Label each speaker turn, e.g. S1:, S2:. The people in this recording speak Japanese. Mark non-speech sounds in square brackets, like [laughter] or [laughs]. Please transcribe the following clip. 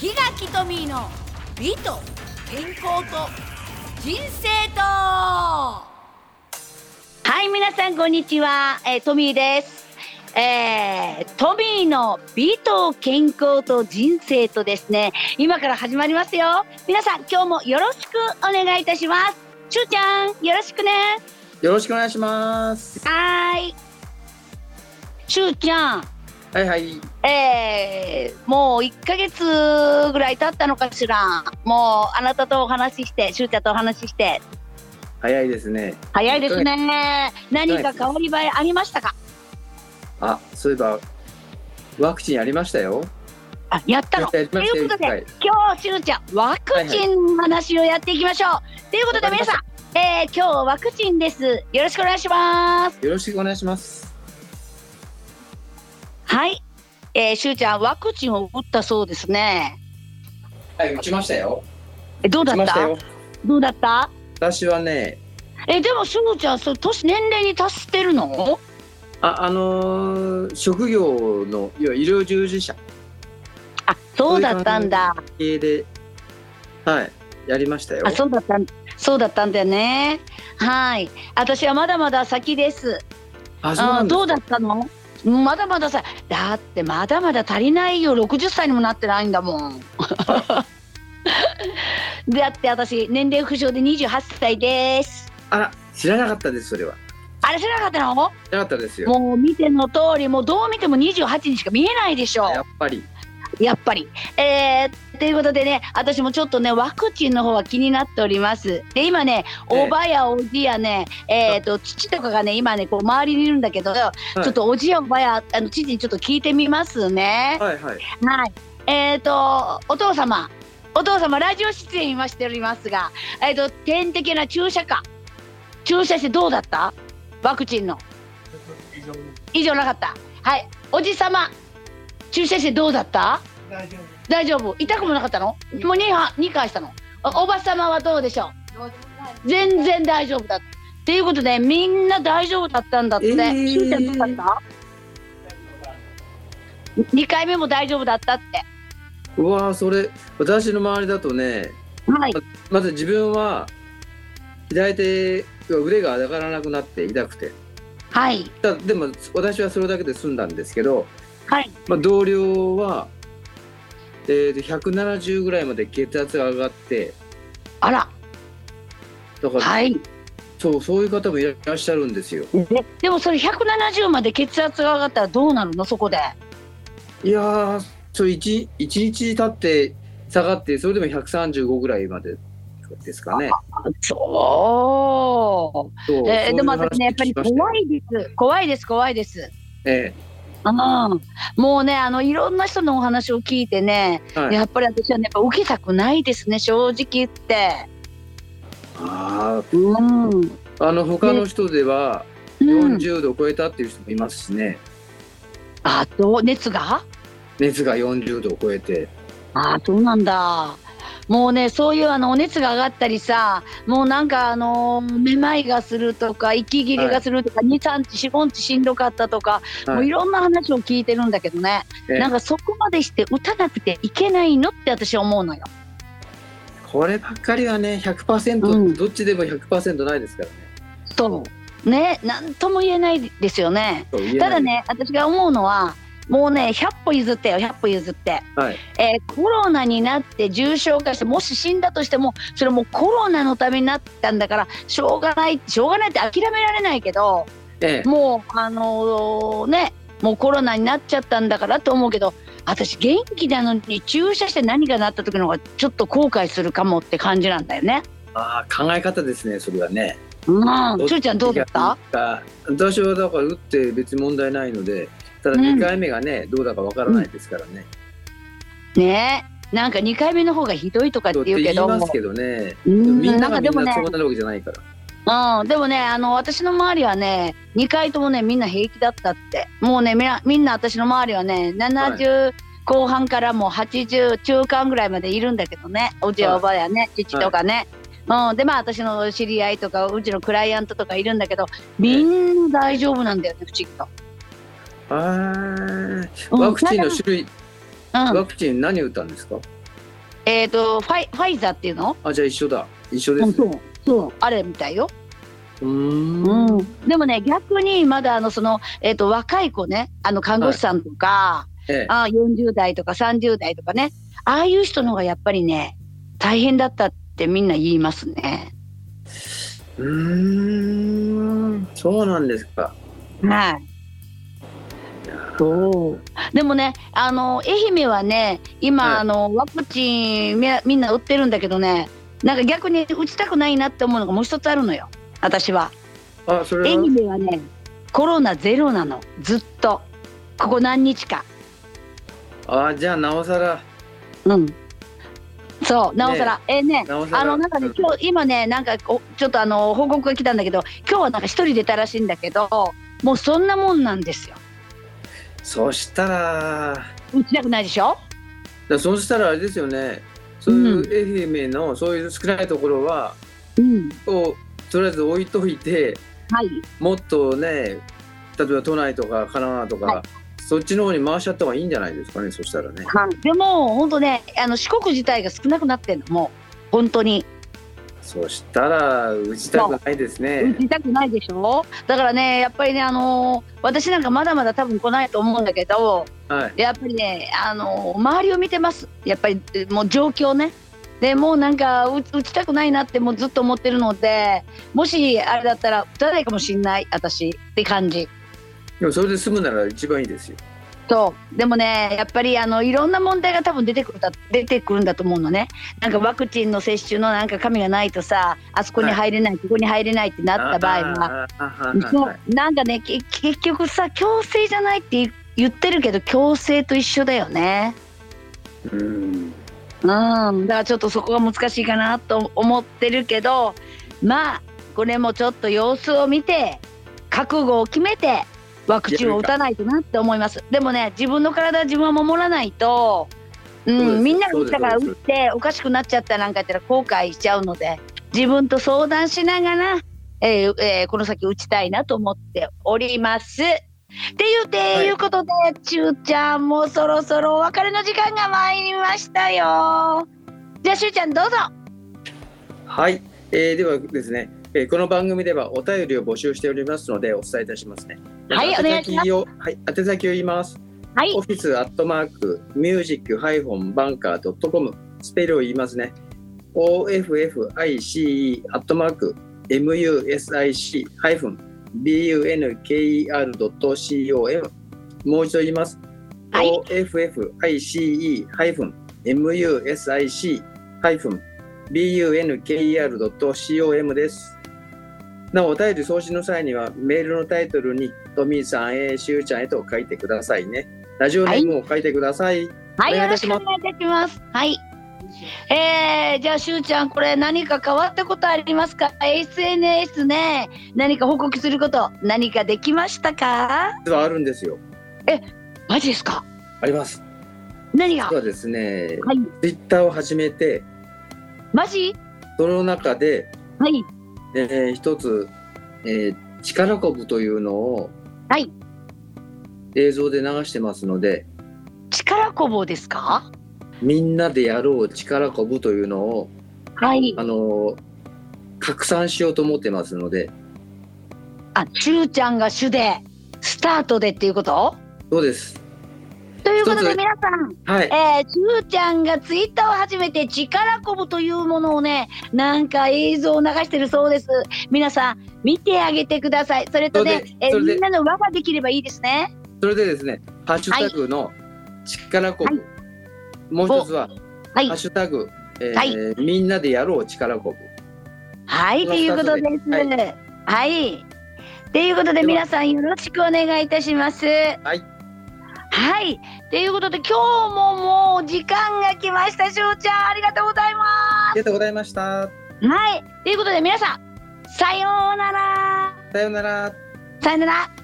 S1: 日がきとみの美と健康と人生とはい皆さんこんにちは、えー、トミーですえー、トミーの美と健康と人生とですね今から始まりますよ皆さん今日もよろしくお願いいたしますしゅうちゃんよろしくね
S2: よろしくお願いします。
S1: はーいしゅうちゃん
S2: はいはい。
S1: えーもう1ヶ月ぐらい経ったのかしらもうあなたとお話ししてしゅうちゃんとお話しして
S2: 早いですね。
S1: 早いですね何
S2: 一ヶ
S1: か
S2: 月
S1: 変わり映えありましたか
S2: あ、そういえば、ワクチンやりましたよ。
S1: あやったの
S2: やり
S1: と
S2: ま
S1: い
S2: した
S1: う
S2: よ、
S1: こと
S2: 一
S1: で、
S2: 回。
S1: 今日しゅうちゃんワクチンの話をやっていきましょう、ということで
S2: わかり
S1: 皆
S2: まし
S1: さん、えー今日ワクチンですよろしくお願いします
S2: よろしくお願いします。
S1: はい、えー、しゅうちゃんワクチンを打ったそうですね
S2: はい、打ちましたよ。
S1: えどうだ
S2: 打ち
S1: っ
S2: ました
S1: た
S2: よ。
S1: どうだった
S2: 私はね、
S1: えでもしゅうちゃんそう年年齢に達してるの
S2: あ、あのー職業の、いわゆる医療従事者
S1: あそうだったんだ。
S2: 系で、はい、やりましたよ
S1: あ。そうだったんそうだったんだよね。はい。私はまだまだ先です。
S2: あ、
S1: あどうだ
S2: だ
S1: ったの？まだまださ、だってまだまだ足りないよ。60歳にもなってないんだもん。 [laughs] だって私年齢不詳で28歳です。
S2: あら、知らなかったです、それは。
S1: あれ知らなかったの？
S2: 知らなかったですよ。
S1: もう見ての通り、もうどう見ても28にしか見えないでしょ
S2: やっぱり。
S1: やっぱり。えー、ということでね、私もちょっとね、ワクチンの方は気になっております。で、今ね、
S2: ええ
S1: おばやおじやね、えー、と、父とかがね、今ね、こう周りにいるんだけど、
S2: い
S1: ちょっとおじやおばや、あの、父にちょっと聞いてみますね。
S2: はいはい。
S1: はい。えー、と、お父様。お父様、ラジオ出演今しておりますが、えっ、と、点滴な注射か。注射してどうだったワクチンの。以上なかった。はい。おじ様、注射してどうだった
S3: 大丈夫。
S1: 大丈夫痛くもなかったのもう 2, は2回したのおおばさまはどうでしょ
S3: どうでもない。
S1: う全然大丈夫だっていうことでみんな大丈夫だったんだって、
S2: えー
S1: しゅうちゃんどうだった2回目も大丈夫だったって
S2: うわー、それ、私の周りだとね、
S1: はい
S2: まず自分は左手が腕が上がらなくなって痛くて
S1: はい
S2: たでも私はそれだけで済んだんですけど、
S1: はい
S2: まあ、同僚は、えーと170ぐらいまで血圧が上がって
S1: あら
S2: だから、
S1: はい
S2: そうそういう方もいらっしゃるんですよ
S1: ででもそれ170まで血圧が上がったらどうなるのそこで
S2: いやーそう一一日経って下がってそれでも135ぐらいまでですかね
S1: そ
S2: そう
S1: う、え
S2: そうい
S1: ー
S2: う
S1: でも私ねやっぱり
S2: 話を聞きましたよ
S1: 怖いです怖いです怖いです
S2: え
S1: うん、もうねあのいろんな人のお話を聞いてね、
S2: えはい、
S1: やっぱり私はねやっぱ受けたくないですね正直言って。
S2: あ
S1: うん、う
S2: ーあの他の人では
S1: ん、
S2: 40度超えたっていう人もいますしね、
S1: あと熱が
S2: 熱が40度を超えて、
S1: あそうなんだもうねそういうあのお熱が上がったりさもうなんかあのめまいがするとか息切れがするとか、23日45日しんどかったとか、
S2: はい
S1: もういろんな話を聞いてるんだけどね、
S2: ええ
S1: なんかそこまでして打たなくていけないのって私は思うのよ。
S2: こればっかりはね
S1: う
S2: 100%
S1: ん
S2: どっちでも100%ないですからね、
S1: そうね何とも言えないですよね。
S2: そう言え
S1: た
S2: ない
S1: だ、ね私が思うのはもうね100歩譲ってよ100歩譲って、
S2: はい
S1: えーコロナになって重症化してもし死んだとしてもそれもコロナのためになったんだからしょうがないしょうがないって諦められないけど
S2: ええ、
S1: もうあのーねもうコロナになっちゃったんだからと思うけど私元気なのに注射して何かなった時の方がちょっと後悔するかもって感じなんだよね。
S2: ああ考え方ですねそれはね
S1: うん、ちゅうちゃんどうだった
S2: あ私はだから打って別に問題ないのでただ
S1: うん
S2: 2回目がね、どうだかわからないですからね、
S1: ねなんか2回目の方がひどいとかっ
S2: そう
S1: て
S2: って
S1: 言うけ
S2: 言い
S1: ど
S2: ますけどね、
S1: うん
S2: みん
S1: な
S2: なんが
S1: か
S2: み
S1: で
S2: ん
S1: もね
S2: なそうなるわけじゃないから、
S1: うん、でもねあの私の周りはね2回ともねみんな平気だったってもうねみなみんな私の周りはね70後半からもう80中間ぐらいまでいるんだけどねおじや
S2: はい
S1: おばやね、父とかね、うん、でまあ私の知り合いとかうちのクライアントとかいるんだけどみんな大丈夫なんだよね不思議と。
S2: あー
S1: うん
S2: ワクチンの種類、
S1: ただうん
S2: ワクチン何打ったんですか
S1: えっ、とファイファイザーっていうの
S2: あ、じゃあ一緒だ。一緒です。
S1: うそうあれみたいよ、
S2: うーん。
S1: うん、でもね逆にまだあのその、えー、と若い子ねあの看護師さんとか、
S2: ええ。
S1: [laughs] あ40代とか30代とかねああいう人の方がやっぱりね大変だったってみんな言いますね。
S2: うーん。そうなんですか。
S1: はいそうでもねあの愛媛はね今、
S2: はい
S1: あのワクチンみみんな打ってるんだけどねなんか逆に打ちたくないなって思うのがもう一つあるのよ私は。
S2: あ、それ
S1: 愛
S2: は。
S1: 媛はねコロナゼロなのずっとここ何日か
S2: あ、じゃあなおさら。
S1: うんそうなおさら、えーね
S2: なおさら。
S1: あのなんかね今日今ねなんかおちょっとあの報告が来たんだけど今日はなんか一人出たらしいんだけどもうそんなもんなんですよ
S2: そしたら。
S1: 打ちたくないでしょ
S2: だそうしたらあれですよね。そういう愛媛のそういう少ないところは、
S1: うん
S2: をとりあえず置いといて、
S1: はい
S2: もっとね、例えば都内とか神奈川とか、
S1: は
S2: そっちの方に回しちゃった方がいいんじゃないですかね。そしたらね。
S1: でも本当ねあの四国自体が少なくなってんのもう本当に
S2: そしたら打ちたくないです
S1: 打
S2: ね。
S1: ちたくないでしょだからねやっぱりねあのー私なんかまだまだ多分来ないと思うんだけど
S2: はい。
S1: やっぱりね、あの周りを見てます、やっぱりえもう状況ね、でもうなんか打打ちたくないなってもうずっと思ってるので、もしあれだったら、打たないかもしんない、私って感じ。
S2: でもそれで済むなら一番いいですよ。
S1: そうでもね、やっぱりあのいろんな問題が多分出てくるだ出てくるんだと思うのね、なんかワクチンの接種のなんか紙がないとさ、あそこに入れない、ここに入れないってなった場合は、
S2: あああああ
S1: そうなんかね、け結局さ、強制じゃないって言言ってるけど、強制と一緒だよね。
S2: うん
S1: うん、だからちょっとそこが難しいかなと思ってるけどまあこれもちょっと様子を見て覚悟を決めてワクチンを打たないとなって思いますでもね自分の体は自分は守らないと、う
S2: そうです
S1: ん、みんなが打ったから
S2: そう
S1: 打
S2: で
S1: っ
S2: す
S1: ておかしくなっちゃったなんか言ったら後悔しちゃうので自分と相談しながら、えーえーこの先打ちたいなと思っております。っていうて、、
S2: はいいう
S1: ことでちゅうちゃんもそろそろお別れの時間が参りましたよじゃあしゅうちゃんどうぞ
S2: はい、えー、ではですね、えー、この番組ではお便りを募集しておりますのでお伝えいたしますね。
S1: はいお願いします
S2: す。はい、宛先を言います。
S1: はい
S2: オフィスアットマークミュージックハイフォンバンカードットコムスペルを言いますね。O F F I C E アットマーク M U S I C ハイフン B U N K E R ドット C O M もう一度言います。
S1: はい
S2: O F F I C E ハイフン M U S I C ハイフン B U N K E R ドット C O M です。なお、お便り送信の際には、メールのタイトルに、トミーさんへ、しゅうちゃんへと書いてくださいね。ラジオネームを書いてください。
S1: はいよ
S2: お願いい
S1: ろ
S2: た
S1: し
S2: し
S1: く
S2: ま
S1: お
S2: す
S1: 願いいたしますはいえー、じゃあしゅうちゃんこれ何か変わったことありますか SNS ね何か報告すること何かできましたか
S2: 実はあるんですよ。
S1: マジですか
S2: あります。
S1: 何が
S2: 実はですね、
S1: はい
S2: ツイッターを始めて、
S1: マジ
S2: その中で、
S1: はい
S2: えー一つ、えー力こぶというのを、
S1: はい
S2: 映像で流してますので、
S1: 力こぼですか
S2: みんなでやろう力こぶというのを、
S1: はい
S2: あのー拡散しようと思ってますので、
S1: あしゅうちゃんが主でスタートでっていうこと
S2: そうです。
S1: ということ
S2: 一
S1: で
S2: つ
S1: 皆さん
S2: はい。
S1: えー、しゅうちゃんがツイッターを始めて力こぶというものをねなんか映像を流してるそうです皆さん見てあげてくださいそれとね
S2: それで
S1: えー
S2: それで
S1: みんなの輪ができればいいですね
S2: それでですね、ハッシュタグの力こぶ、
S1: は
S2: もう一つは、
S1: はい
S2: ハッシュタグ、えー
S1: はい
S2: みんなでやろう力こぶ。
S1: はいと
S2: この
S1: いうことです
S2: 二つで
S1: はいと、い、うことで
S2: では
S1: 皆さんよろしくお願いいたします
S2: はい
S1: はいということで今日ももう時間が来ましたしゅうちゃんありがとうございま
S2: ありがとうございました。
S1: すはいということで皆さんさようなら
S2: さようなら。
S1: さようなら